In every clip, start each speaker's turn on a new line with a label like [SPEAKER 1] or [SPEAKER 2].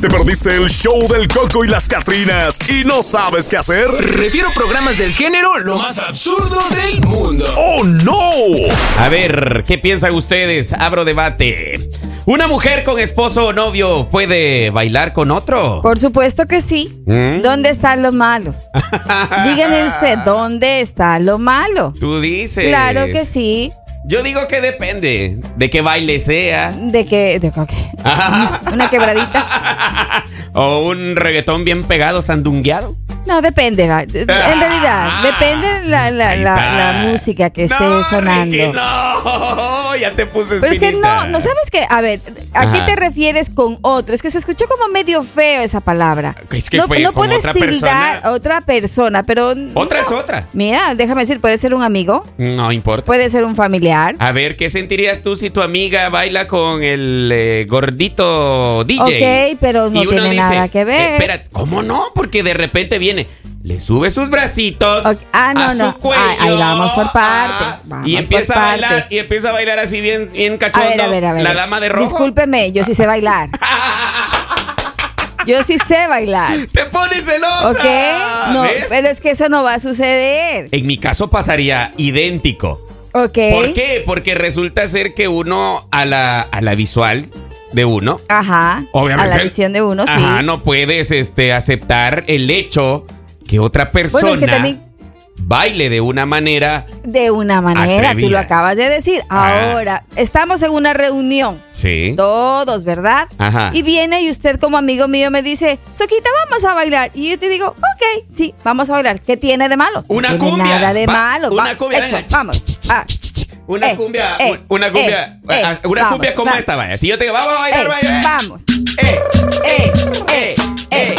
[SPEAKER 1] ¿Te perdiste el show del Coco y las Catrinas y no sabes qué hacer?
[SPEAKER 2] Refiero programas del género lo más absurdo del mundo.
[SPEAKER 1] ¡Oh, no!
[SPEAKER 3] A ver, ¿qué piensan ustedes? Abro debate. ¿Una mujer con esposo o novio puede bailar con otro?
[SPEAKER 4] Por supuesto que sí.
[SPEAKER 3] ¿Mm?
[SPEAKER 4] ¿Dónde está lo malo?
[SPEAKER 3] Ah,
[SPEAKER 4] Díganme usted, ¿dónde está lo malo?
[SPEAKER 3] Tú dices.
[SPEAKER 4] Claro que sí.
[SPEAKER 3] Yo digo que depende de qué baile sea.
[SPEAKER 4] De que. De, ok.
[SPEAKER 3] Ah.
[SPEAKER 4] Una quebradita.
[SPEAKER 3] o un reggaetón bien pegado, sandungueado. Ah,
[SPEAKER 4] No, depende. va. En realidad, depende la, la,
[SPEAKER 3] Ahí
[SPEAKER 4] la,
[SPEAKER 3] está.
[SPEAKER 4] la música que esté
[SPEAKER 3] No,
[SPEAKER 4] sonando.
[SPEAKER 3] Ricky, no, ya te puse
[SPEAKER 4] Pero es que no,
[SPEAKER 3] espinita.
[SPEAKER 4] no sabes qué. A ver, ¿a
[SPEAKER 3] Ajá.
[SPEAKER 4] qué te refieres con otro? Es que se escuchó como medio feo esa palabra.
[SPEAKER 3] Es que
[SPEAKER 4] no,
[SPEAKER 3] fue
[SPEAKER 4] no
[SPEAKER 3] con
[SPEAKER 4] puedes
[SPEAKER 3] otra
[SPEAKER 4] tildar
[SPEAKER 3] persona.
[SPEAKER 4] a otra persona, pero.
[SPEAKER 3] Otra
[SPEAKER 4] no.
[SPEAKER 3] es otra.
[SPEAKER 4] Mira, déjame decir, puede ser un amigo,
[SPEAKER 3] No importa.
[SPEAKER 4] puede ser un familiar.
[SPEAKER 3] A ver, ¿qué sentirías tú si tu amiga baila con el eh, gordito DJ?
[SPEAKER 4] Ok, pero no
[SPEAKER 3] Y uno
[SPEAKER 4] tiene
[SPEAKER 3] dice,
[SPEAKER 4] nada que ver.
[SPEAKER 3] "Eh, espera, ¿cómo no? Porque de repente viene, le sube sus bracitos
[SPEAKER 4] Ok, ah, no,
[SPEAKER 3] a su
[SPEAKER 4] no.
[SPEAKER 3] cuello.
[SPEAKER 4] Ah, ahí vamos por partes,
[SPEAKER 3] ah,
[SPEAKER 4] vamos
[SPEAKER 3] y
[SPEAKER 4] por
[SPEAKER 3] empieza a bailar,
[SPEAKER 4] partes.
[SPEAKER 3] y empieza a bailar así bien, bien
[SPEAKER 4] A
[SPEAKER 3] cachondo.
[SPEAKER 4] ver, a ver, a ver.
[SPEAKER 3] La dama de rojo.
[SPEAKER 4] Discúlpeme, yo sí sé bailar. Yo sí sé bailar.
[SPEAKER 3] Te pones celosa.
[SPEAKER 4] ¿Ok? No,
[SPEAKER 3] ¿Ves?
[SPEAKER 4] pero es que eso no va a suceder.
[SPEAKER 3] En mi caso pasaría idéntico.
[SPEAKER 4] ¿Ok?
[SPEAKER 3] ¿Por qué? Porque resulta ser que uno a la, a la visual de uno
[SPEAKER 4] Ajá.
[SPEAKER 3] Obviamente.
[SPEAKER 4] A la visión de uno, sí.
[SPEAKER 3] Ajá, no puedes este, aceptar el hecho que otra persona
[SPEAKER 4] Bueno, es que también-
[SPEAKER 3] baile de una manera.
[SPEAKER 4] De una manera, tú
[SPEAKER 3] Atrevida.
[SPEAKER 4] lo acabas de decir.
[SPEAKER 3] Ah.
[SPEAKER 4] Ahora, estamos en una reunión.
[SPEAKER 3] Sí.
[SPEAKER 4] Todos, ¿verdad?
[SPEAKER 3] Ajá.
[SPEAKER 4] Y viene y usted como amigo mío me dice, Soquita, vamos a bailar. Y yo te digo, ok, sí, vamos a bailar. ¿Qué tiene de malo?
[SPEAKER 3] Una
[SPEAKER 4] no tiene
[SPEAKER 3] cumbia.
[SPEAKER 4] Nada de
[SPEAKER 3] Va-
[SPEAKER 4] malo.
[SPEAKER 3] una
[SPEAKER 4] Va-
[SPEAKER 3] cumbia,
[SPEAKER 4] hecho,
[SPEAKER 3] venga.
[SPEAKER 4] vamos. Ah,
[SPEAKER 3] Una
[SPEAKER 4] eh,
[SPEAKER 3] cumbia.
[SPEAKER 4] eh,
[SPEAKER 3] un- una cumbia.
[SPEAKER 4] eh,
[SPEAKER 3] ah,
[SPEAKER 4] eh,
[SPEAKER 3] una
[SPEAKER 4] vamos,
[SPEAKER 3] cumbia como
[SPEAKER 4] vamos.
[SPEAKER 3] esta, vaya. Si yo te digo, vamos a bailar,
[SPEAKER 4] eh,
[SPEAKER 3] vaya.
[SPEAKER 4] vamos.
[SPEAKER 3] Eh,
[SPEAKER 4] Eh,
[SPEAKER 3] eh, eh, eh.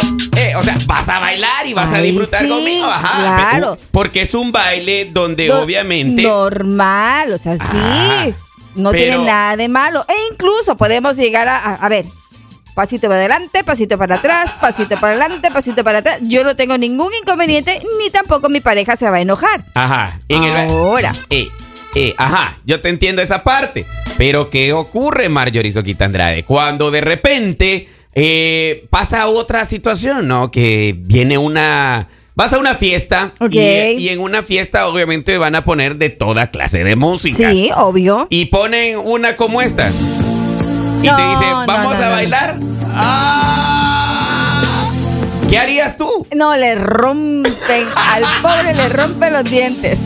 [SPEAKER 3] O sea, vas a bailar y vas a
[SPEAKER 4] Ahí
[SPEAKER 3] disfrutar
[SPEAKER 4] sí,
[SPEAKER 3] conmigo. Ajá.
[SPEAKER 4] claro.
[SPEAKER 3] Porque es un baile donde
[SPEAKER 4] No-
[SPEAKER 3] obviamente.
[SPEAKER 4] Normal, o sea, sí.
[SPEAKER 3] Ah,
[SPEAKER 4] no
[SPEAKER 3] pero-
[SPEAKER 4] tiene nada de malo. E incluso podemos llegar a, a, a ver, pasito para adelante, pasito para atrás, pasito para adelante, pasito para atrás. Yo no tengo ningún inconveniente, ni tampoco mi pareja se va a enojar.
[SPEAKER 3] Ajá. En el ba-
[SPEAKER 4] Ahora.
[SPEAKER 3] Eh, eh, ajá, yo te entiendo esa parte. Pero ¿qué ocurre, Marjorie Soquita Andrade? Cuando de repente eh, pasa otra situación, ¿no? Que viene una... Vas a una fiesta
[SPEAKER 4] Ok.
[SPEAKER 3] y, y en una fiesta obviamente van a poner de toda clase de música.
[SPEAKER 4] Sí, obvio.
[SPEAKER 3] Y ponen una como esta. Y te
[SPEAKER 4] No,
[SPEAKER 3] dicen,
[SPEAKER 4] no,
[SPEAKER 3] vamos
[SPEAKER 4] no,
[SPEAKER 3] a
[SPEAKER 4] no.
[SPEAKER 3] bailar. Ah, ¿Qué harías tú?
[SPEAKER 4] No, le rompen, al pobre le rompen los dientes.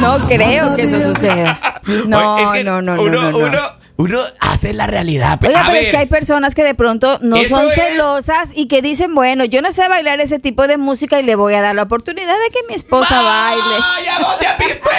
[SPEAKER 4] No creo que eso suceda. No,
[SPEAKER 3] Oye, es que
[SPEAKER 4] no, no, no,
[SPEAKER 3] uno,
[SPEAKER 4] no, no.
[SPEAKER 3] Uno, uno hace la realidad. pe-
[SPEAKER 4] Oiga,
[SPEAKER 3] a
[SPEAKER 4] pero
[SPEAKER 3] ver.
[SPEAKER 4] es que hay personas que de pronto no
[SPEAKER 3] Eso
[SPEAKER 4] son
[SPEAKER 3] es.
[SPEAKER 4] celosas y que dicen, bueno, yo no sé bailar ese tipo de música y le voy a dar la oportunidad de que mi esposa baile.
[SPEAKER 3] ¡Ay, a dónde has visto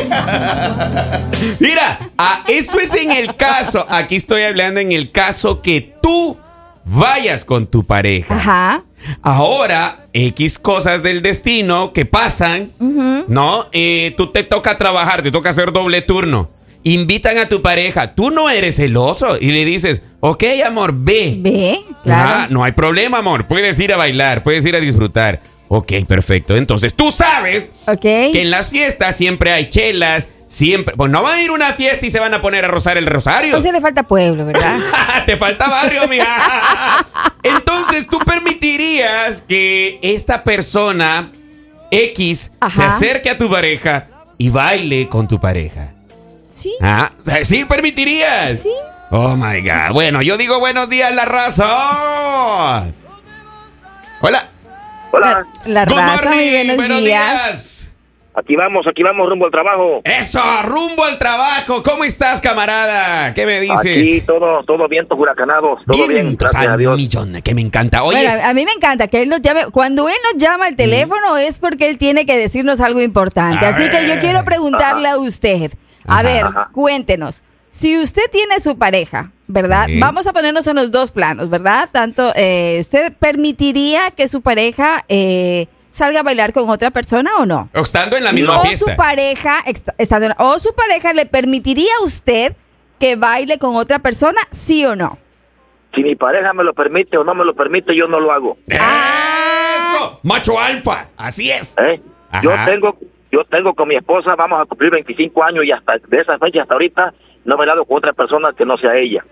[SPEAKER 3] eso, Marjorie! Mira, ah, eso es en el caso. Aquí estoy hablando en el caso que tú vayas con tu pareja.
[SPEAKER 4] Ajá.
[SPEAKER 3] Ahora, X cosas del destino que pasan, ¿no? Eh, tú te toca trabajar, te toca hacer doble turno. Invitan a tu pareja, tú no eres celoso y le dices, ok, amor, ve.
[SPEAKER 4] Ve, claro.
[SPEAKER 3] Ah, no hay problema, amor. Puedes ir a bailar, puedes ir a disfrutar. Ok, perfecto. Entonces tú sabes
[SPEAKER 4] Ok.
[SPEAKER 3] que en las fiestas siempre hay chelas, siempre. Pues no van a ir a una fiesta y se van a poner a rozar el rosario.
[SPEAKER 4] Entonces le falta pueblo, ¿verdad?
[SPEAKER 3] Te falta barrio, mija. Entonces, ¿tú permitirías que esta persona X se
[SPEAKER 4] Ajá.
[SPEAKER 3] acerque a tu pareja y baile con tu pareja?
[SPEAKER 4] Sí.
[SPEAKER 3] Ah, o sea, sí permitirías.
[SPEAKER 4] Sí.
[SPEAKER 3] Oh my god. Bueno, yo digo buenos días, la raza. Hola.
[SPEAKER 5] Hola,
[SPEAKER 4] La, la
[SPEAKER 3] Good
[SPEAKER 4] raza, muy
[SPEAKER 3] morning,
[SPEAKER 4] buenos, días.
[SPEAKER 5] aquí vamos, aquí vamos rumbo al trabajo.
[SPEAKER 3] Eso, rumbo al trabajo. ¿Cómo estás, camarada? ¿Qué me
[SPEAKER 5] Aquí
[SPEAKER 3] dices?
[SPEAKER 5] todo, todo vientos huracanados, todo bien,
[SPEAKER 3] Vientos
[SPEAKER 5] gracias
[SPEAKER 3] al
[SPEAKER 5] a Dios.
[SPEAKER 3] millón, que me encanta. Oye, Mm.
[SPEAKER 4] Bueno, a a mí me encanta que él nos llame. Cuando él nos llama al teléfono es porque él tiene que decirnos algo importante.
[SPEAKER 3] A
[SPEAKER 4] Así que yo
[SPEAKER 3] ver.
[SPEAKER 4] quiero preguntarle a usted. A
[SPEAKER 3] Ajá.
[SPEAKER 4] ver, cuéntenos. Si usted tiene su pareja, ¿verdad?
[SPEAKER 3] Sí.
[SPEAKER 4] Vamos a ponernos en los dos planos, ¿verdad? Tanto, eh, ¿usted permitiría que su pareja eh, salga a bailar con otra persona o no?
[SPEAKER 3] o estando en la misma
[SPEAKER 4] o
[SPEAKER 3] fiesta.
[SPEAKER 4] su pareja, ext- estando en- o su pareja le permitiría a usted que baile con otra persona, sí o no?
[SPEAKER 5] Si mi pareja me lo permite o no me lo permite, yo no lo hago.
[SPEAKER 3] Eso, macho alfa. Así es.
[SPEAKER 5] ¿eh?
[SPEAKER 3] Ajá.
[SPEAKER 5] Yo tengo, yo tengo con mi esposa, vamos a cumplir 25 años y hasta de esa fecha hasta ahorita no me he dado con otra persona que no sea ella.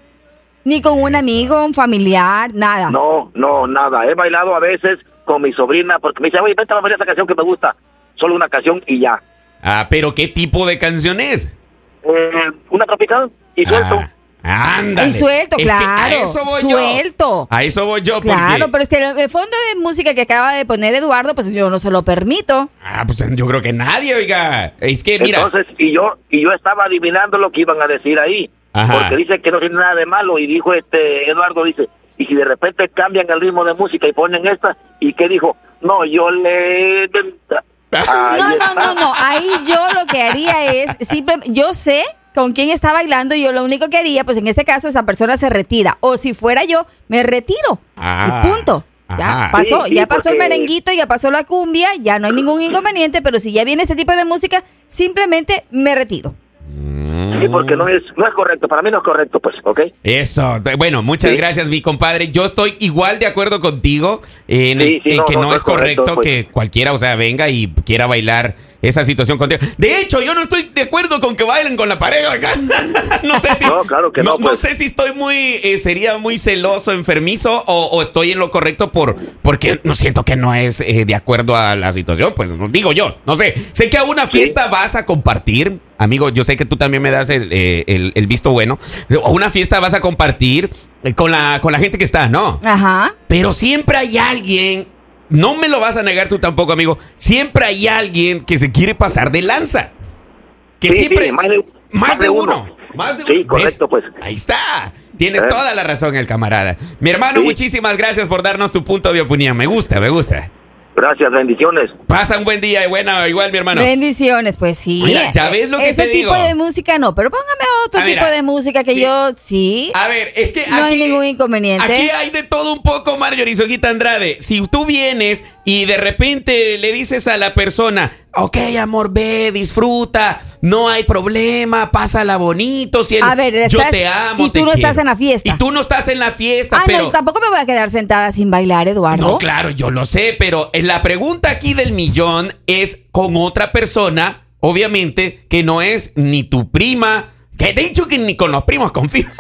[SPEAKER 4] Ni con un amigo, un familiar, nada.
[SPEAKER 5] No, no, nada. He bailado a veces con mi sobrina porque me dice, oye, vente a bailar esa canción que me gusta. Solo una canción y ya.
[SPEAKER 3] Ah, pero ¿qué tipo de canción es?
[SPEAKER 5] Eh, una tropical y suelto.
[SPEAKER 3] Ah, ándale.
[SPEAKER 4] Y suelto,
[SPEAKER 3] Es que
[SPEAKER 4] claro,
[SPEAKER 3] a eso voy
[SPEAKER 4] suelto.
[SPEAKER 3] yo. A eso voy yo, porque-
[SPEAKER 4] Claro, pero es que el el fondo de música que acaba de poner Eduardo, pues yo no se lo permito.
[SPEAKER 3] Ah, pues yo creo que nadie, oiga. Es que, mira.
[SPEAKER 5] Entonces, y yo, y yo estaba adivinando lo que iban a decir ahí.
[SPEAKER 3] Ajá.
[SPEAKER 5] Porque dice que no tiene nada de malo. Y dijo este Eduardo, dice, y si de repente cambian el ritmo de música y ponen esta, ¿y qué dijo? No, yo le... Ahí
[SPEAKER 4] No, no,
[SPEAKER 5] está.
[SPEAKER 4] no, no. Ahí yo lo que haría es, simplemente, yo sé con quién está bailando y yo lo único que haría, pues en este caso esa persona se retira. O si fuera yo, me retiro.
[SPEAKER 3] Ah.
[SPEAKER 4] y punto. Ya
[SPEAKER 3] Ajá.
[SPEAKER 4] pasó,
[SPEAKER 5] Sí, sí,
[SPEAKER 4] ya pasó el
[SPEAKER 5] porque-
[SPEAKER 4] merenguito, ya pasó la cumbia, ya no hay ningún inconveniente, pero si ya viene este tipo de música, simplemente me retiro.
[SPEAKER 5] Sí,
[SPEAKER 3] Mm.
[SPEAKER 5] porque no es, no es correcto. Para mí no es correcto, pues, ¿ok?
[SPEAKER 3] Eso, te- bueno, muchas
[SPEAKER 5] Sí.
[SPEAKER 3] gracias, mi compadre. Yo estoy igual de acuerdo contigo en, el-
[SPEAKER 5] Sí, sí,
[SPEAKER 3] en
[SPEAKER 5] no,
[SPEAKER 3] que no,
[SPEAKER 5] no, no
[SPEAKER 3] es correcto,
[SPEAKER 5] correcto, pues.
[SPEAKER 3] que cualquiera, o sea, venga y quiera bailar esa situación contigo. De hecho, yo no estoy de acuerdo con que bailen con la pared. oiga. no sé si,
[SPEAKER 5] No, claro que no, pues.
[SPEAKER 3] sé si estoy muy, eh, sería muy celoso, enfermizo o, o estoy en lo correcto por porque no siento que no es eh, de acuerdo a la situación. Pues digo yo, no sé. Sé que a una fiesta vas a compartir, amigo, yo sé que tú también me das el, eh, el- el visto bueno. A una fiesta vas a compartir eh, con la, con la gente que está, ¿no?
[SPEAKER 4] Ajá.
[SPEAKER 3] Pero siempre hay alguien, no me lo vas a negar tú tampoco, amigo, siempre hay alguien que se quiere pasar de lanza. Que
[SPEAKER 5] Sí,
[SPEAKER 3] siempre...
[SPEAKER 5] sí, más de-
[SPEAKER 3] más de uno. Más de
[SPEAKER 5] Sí,
[SPEAKER 3] uno. ¿Ves?
[SPEAKER 5] correcto, pues.
[SPEAKER 3] Ahí está. Tiene
[SPEAKER 5] Eh.
[SPEAKER 3] toda la razón el camarada. Mi hermano,
[SPEAKER 5] Sí.
[SPEAKER 3] muchísimas gracias por darnos tu punto de opinión. Me gusta, me gusta.
[SPEAKER 5] Gracias, bendiciones.
[SPEAKER 3] Pasa un buen día y buena, igual mi hermano.
[SPEAKER 4] Bendiciones, pues sí.
[SPEAKER 3] Ah, Mira, ya ves lo que
[SPEAKER 4] Ese
[SPEAKER 3] te
[SPEAKER 4] tipo
[SPEAKER 3] digo.
[SPEAKER 4] de música no, pero póngame otro
[SPEAKER 3] Ah,
[SPEAKER 4] tipo
[SPEAKER 3] mira.
[SPEAKER 4] de música que
[SPEAKER 3] Sí. Ah,
[SPEAKER 4] yo sí.
[SPEAKER 3] A ver, es que
[SPEAKER 4] No hay ningún inconveniente.
[SPEAKER 3] Aquí hay de todo un poco, Marjorie Sojita Andrade. Si tú vienes y de repente le dices a la persona, ok, amor, ve, disfruta, no hay problema, pásala bonito, cielo.
[SPEAKER 4] A ver,
[SPEAKER 3] yo
[SPEAKER 4] estás-
[SPEAKER 3] te amo.
[SPEAKER 4] y tú
[SPEAKER 3] te
[SPEAKER 4] no estás
[SPEAKER 3] quiero".
[SPEAKER 4] en la fiesta.
[SPEAKER 3] Y tú no estás en la fiesta,
[SPEAKER 4] ah,
[SPEAKER 3] pero.
[SPEAKER 4] no, y tampoco me voy a quedar sentada sin bailar, Eduardo.
[SPEAKER 3] No, claro, yo lo sé, pero eh, la pregunta aquí del millón es con otra persona, obviamente, que no es ni tu prima, que te he dicho que ni con los primos confía.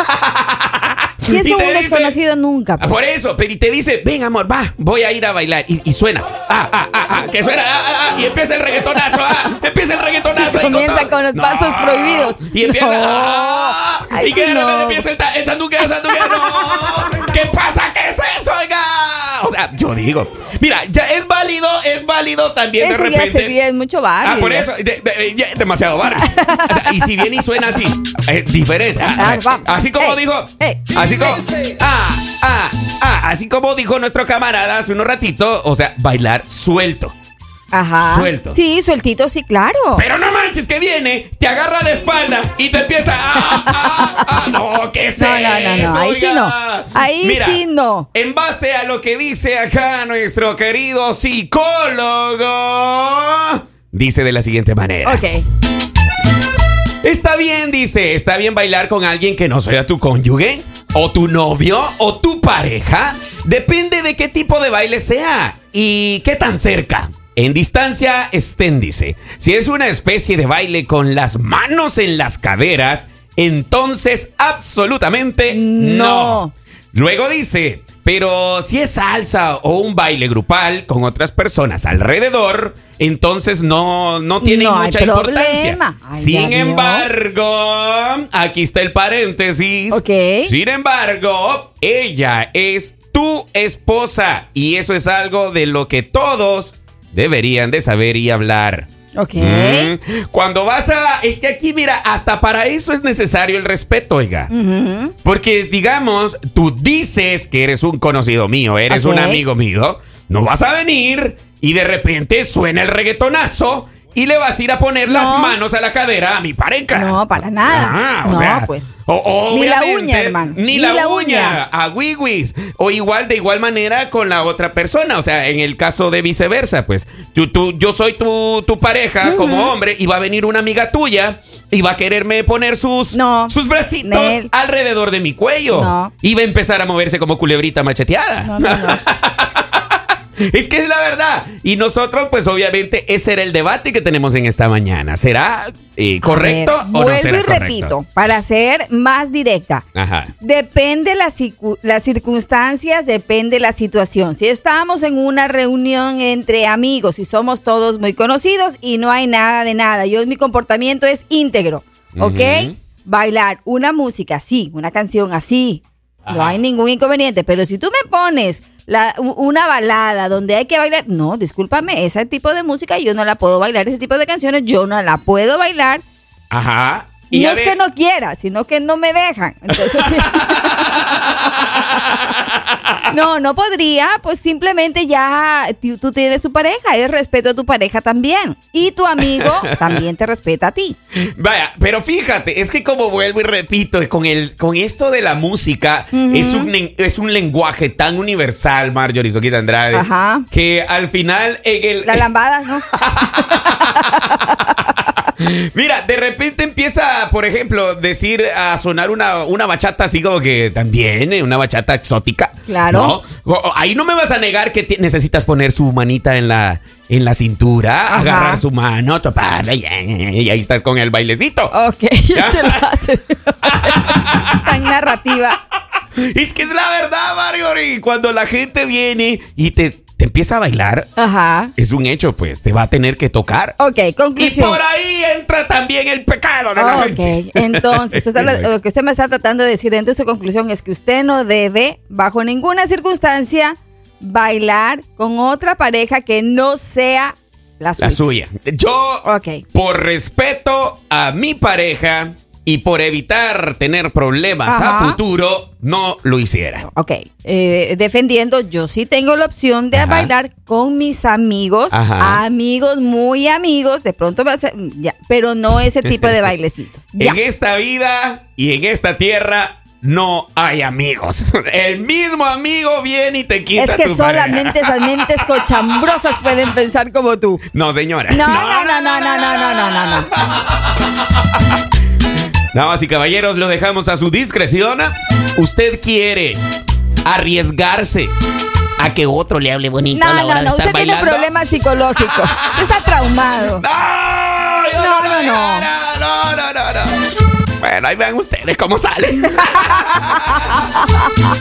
[SPEAKER 4] Si es
[SPEAKER 3] Y
[SPEAKER 4] con
[SPEAKER 3] te
[SPEAKER 4] un
[SPEAKER 3] dice-
[SPEAKER 4] desconocido nunca.
[SPEAKER 3] Ah,
[SPEAKER 4] pues.
[SPEAKER 3] Por eso, pero y te dice, ven amor, va, voy a ir a bailar. Y, y suena, ah, ah, ah, ah, que suena, ah, ah, ah, y empieza el reggaetonazo, ah, empieza el reggaetonazo. ahí
[SPEAKER 4] Comienza
[SPEAKER 3] todo.
[SPEAKER 4] con los pasos prohibidos.
[SPEAKER 3] Y empieza,
[SPEAKER 4] No.
[SPEAKER 3] ah,
[SPEAKER 4] Ay,
[SPEAKER 3] y que
[SPEAKER 4] sí,
[SPEAKER 3] de repente
[SPEAKER 4] no.
[SPEAKER 3] empieza el, ta- el sanduqueo, el sanduqueo, no. ¿Qué pasa? ¿Qué es eso, oiga? O sea, yo digo, mira, ya es válido, es válido también
[SPEAKER 4] Eso
[SPEAKER 3] de
[SPEAKER 4] ya
[SPEAKER 3] repente.
[SPEAKER 4] sería en mucho barrio.
[SPEAKER 3] Ah, por
[SPEAKER 4] ya.
[SPEAKER 3] eso, de- de- ya, demasiado bar. y si viene y suena así, eh, diferente. Ah,
[SPEAKER 4] Ah, vamos.
[SPEAKER 3] así como
[SPEAKER 4] Ey,
[SPEAKER 3] dijo,
[SPEAKER 4] ey.
[SPEAKER 3] así como, ah, ah, ah, así como dijo nuestro camarada hace unos ratito, o sea, bailar suelto.
[SPEAKER 4] Ajá.
[SPEAKER 3] Suelto.
[SPEAKER 4] Sí, sueltito, sí, claro.
[SPEAKER 3] Pero no manches que viene, te agarra de espalda y te empieza ah, ah, ah, no, ¿qué es
[SPEAKER 4] No, no, no, no,
[SPEAKER 3] eso,
[SPEAKER 4] ahí sí
[SPEAKER 3] oiga?
[SPEAKER 4] no, ahí
[SPEAKER 3] Mira,
[SPEAKER 4] sí no.
[SPEAKER 3] En base a lo que dice acá nuestro querido psicólogo, dice de la siguiente manera.
[SPEAKER 4] Ok.
[SPEAKER 3] Está bien, dice, está bien bailar con alguien que no sea tu cónyuge, o tu novio, o tu pareja. Depende de qué tipo de baile sea y qué tan cerca. En distancia estén, dice. Si es una especie de baile con las manos en las caderas, entonces absolutamente no.
[SPEAKER 4] No.
[SPEAKER 3] Luego dice, pero si es salsa o un baile grupal con otras personas alrededor, entonces no, no tiene
[SPEAKER 4] No hay
[SPEAKER 3] mucha importancia.
[SPEAKER 4] problema. Ay, ya
[SPEAKER 3] Sin
[SPEAKER 4] vio.
[SPEAKER 3] embargo, aquí está el paréntesis.
[SPEAKER 4] Ok.
[SPEAKER 3] Sin embargo, ella es tu esposa y eso es algo de lo que todos deberían de saber y hablar.
[SPEAKER 4] Ok.
[SPEAKER 3] Mm. Cuando vas a... Es que aquí, mira, hasta para eso es necesario el respeto, oiga. Porque, digamos, tú dices que eres un conocido mío, eres
[SPEAKER 4] Ok.
[SPEAKER 3] un amigo mío, no vas a venir y de repente suena el reggaetonazo y le vas a ir a poner
[SPEAKER 4] No.
[SPEAKER 3] las manos a la cadera a mi pareja.
[SPEAKER 4] No, para nada.
[SPEAKER 3] Ah, o
[SPEAKER 4] No,
[SPEAKER 3] sea,
[SPEAKER 4] pues.
[SPEAKER 3] o- o
[SPEAKER 4] Ni la
[SPEAKER 3] obviamente,
[SPEAKER 4] uña, hermano.
[SPEAKER 3] Ni, la, uña. A wiwis. O igual, de igual manera con la otra persona. O sea, en el caso de viceversa, pues. Tú, tú- yo soy tu, tu pareja como hombre y va a venir una amiga tuya y va a quererme poner sus,
[SPEAKER 4] No.
[SPEAKER 3] sus bracitos
[SPEAKER 4] Nel.
[SPEAKER 3] alrededor de mi cuello.
[SPEAKER 4] No.
[SPEAKER 3] Y va a empezar a moverse como culebrita macheteada.
[SPEAKER 4] No, no, no.
[SPEAKER 3] Es que es la verdad. Y nosotros, pues obviamente, ese era el debate que tenemos en esta mañana. ¿Será eh, correcto
[SPEAKER 4] A ver,
[SPEAKER 3] o no
[SPEAKER 4] Vuelvo
[SPEAKER 3] será
[SPEAKER 4] y
[SPEAKER 3] correcto?
[SPEAKER 4] repito, para ser más directa.
[SPEAKER 3] Ajá.
[SPEAKER 4] Depende las, circu- las circunstancias, depende la situación. Si estamos en una reunión entre amigos y somos todos muy conocidos y no hay nada de nada, yo mi comportamiento es íntegro, ¿ok?
[SPEAKER 3] Ujú.
[SPEAKER 4] Bailar una música así, una canción así, no
[SPEAKER 3] Ajá.
[SPEAKER 4] hay ningún inconveniente. Pero si tú me pones la- u- una balada donde hay que bailar, no, discúlpame, ese tipo de música yo no la puedo bailar, ese tipo de canciones yo no la puedo bailar.
[SPEAKER 3] Ajá.
[SPEAKER 4] Y no
[SPEAKER 3] a
[SPEAKER 4] es
[SPEAKER 3] ver-
[SPEAKER 4] que no quiera, sino que no me dejan. Entonces, sí. No, no podría, pues simplemente ya ti- tú tienes tu pareja, es respeto a tu pareja también. Y tu amigo también te respeta a ti.
[SPEAKER 3] Vaya, pero fíjate, es que como vuelvo y repito, con, el, con esto de la música, es, un, len- es un lenguaje tan universal, Marjorie Soquita Andrade,
[SPEAKER 4] Ajá.
[SPEAKER 3] que al final en el...
[SPEAKER 4] La lambada, ¿no?
[SPEAKER 3] Mira, de repente empieza, por ejemplo, decir a sonar una, una bachata así como que también, eh, una bachata exótica.
[SPEAKER 4] Claro.
[SPEAKER 3] ¿no? O- o- Ahí no me vas a negar que ti- necesitas poner su manita en la, en la cintura,
[SPEAKER 4] Ajá.
[SPEAKER 3] agarrar su mano, toparla y, y ahí estás con el bailecito.
[SPEAKER 4] Ok,
[SPEAKER 3] Ya.
[SPEAKER 4] se lo hace. Tan narrativa.
[SPEAKER 3] Es que es la verdad, Marjorie. Cuando la gente viene y te, te empieza a bailar,
[SPEAKER 4] Ajá.
[SPEAKER 3] es un hecho, pues, te va a tener que tocar.
[SPEAKER 4] Ok,
[SPEAKER 3] Y
[SPEAKER 4] conclusión.
[SPEAKER 3] por ahí entra también el pecado de la
[SPEAKER 4] Ok,
[SPEAKER 3] gente.
[SPEAKER 4] entonces, usted está-
[SPEAKER 3] Exacto.
[SPEAKER 4] lo que usted me está tratando de decir dentro de su conclusión es que usted no debe, bajo ninguna circunstancia, bailar con otra pareja que no sea la suya.
[SPEAKER 3] La suya. Yo,
[SPEAKER 4] Ok.
[SPEAKER 3] por respeto a mi pareja y por evitar tener problemas
[SPEAKER 4] Ajá.
[SPEAKER 3] a futuro, no lo hiciera.
[SPEAKER 4] Ok, eh, defendiendo, yo sí tengo la opción de
[SPEAKER 3] Ajá.
[SPEAKER 4] bailar con mis amigos,
[SPEAKER 3] Ajá.
[SPEAKER 4] amigos muy amigos, de pronto va a ser, ya, pero no ese tipo de bailecitos. Ya.
[SPEAKER 3] En esta vida y en esta tierra no hay amigos. El mismo amigo viene y te quita
[SPEAKER 4] Es que
[SPEAKER 3] tu pareja.
[SPEAKER 4] solamente esas mentes cochambrosas pueden pensar como tú.
[SPEAKER 3] No, señora.
[SPEAKER 4] No, no, no, no, no, no, no, no, no.
[SPEAKER 3] Damas y caballeros, lo dejamos a su discreción. ¿Usted quiere arriesgarse a que otro le hable bonito a
[SPEAKER 4] No,
[SPEAKER 3] la hora
[SPEAKER 4] no,
[SPEAKER 3] de
[SPEAKER 4] no,
[SPEAKER 3] estar
[SPEAKER 4] usted tiene
[SPEAKER 3] bailando?
[SPEAKER 4] problemas psicológicos. Usted está traumado.
[SPEAKER 3] ¡No! Yo no,
[SPEAKER 4] No, no,
[SPEAKER 3] la
[SPEAKER 4] no.
[SPEAKER 3] dejara. no, no, no, no. Bueno, ahí vean ustedes cómo sale.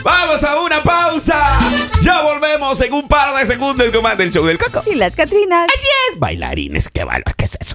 [SPEAKER 3] Vamos a una pausa. Ya volvemos en un par de segundos con más del show del coco.
[SPEAKER 4] Y las Catrinas.
[SPEAKER 3] Así es, bailarines, qué valor, ¿qué es eso?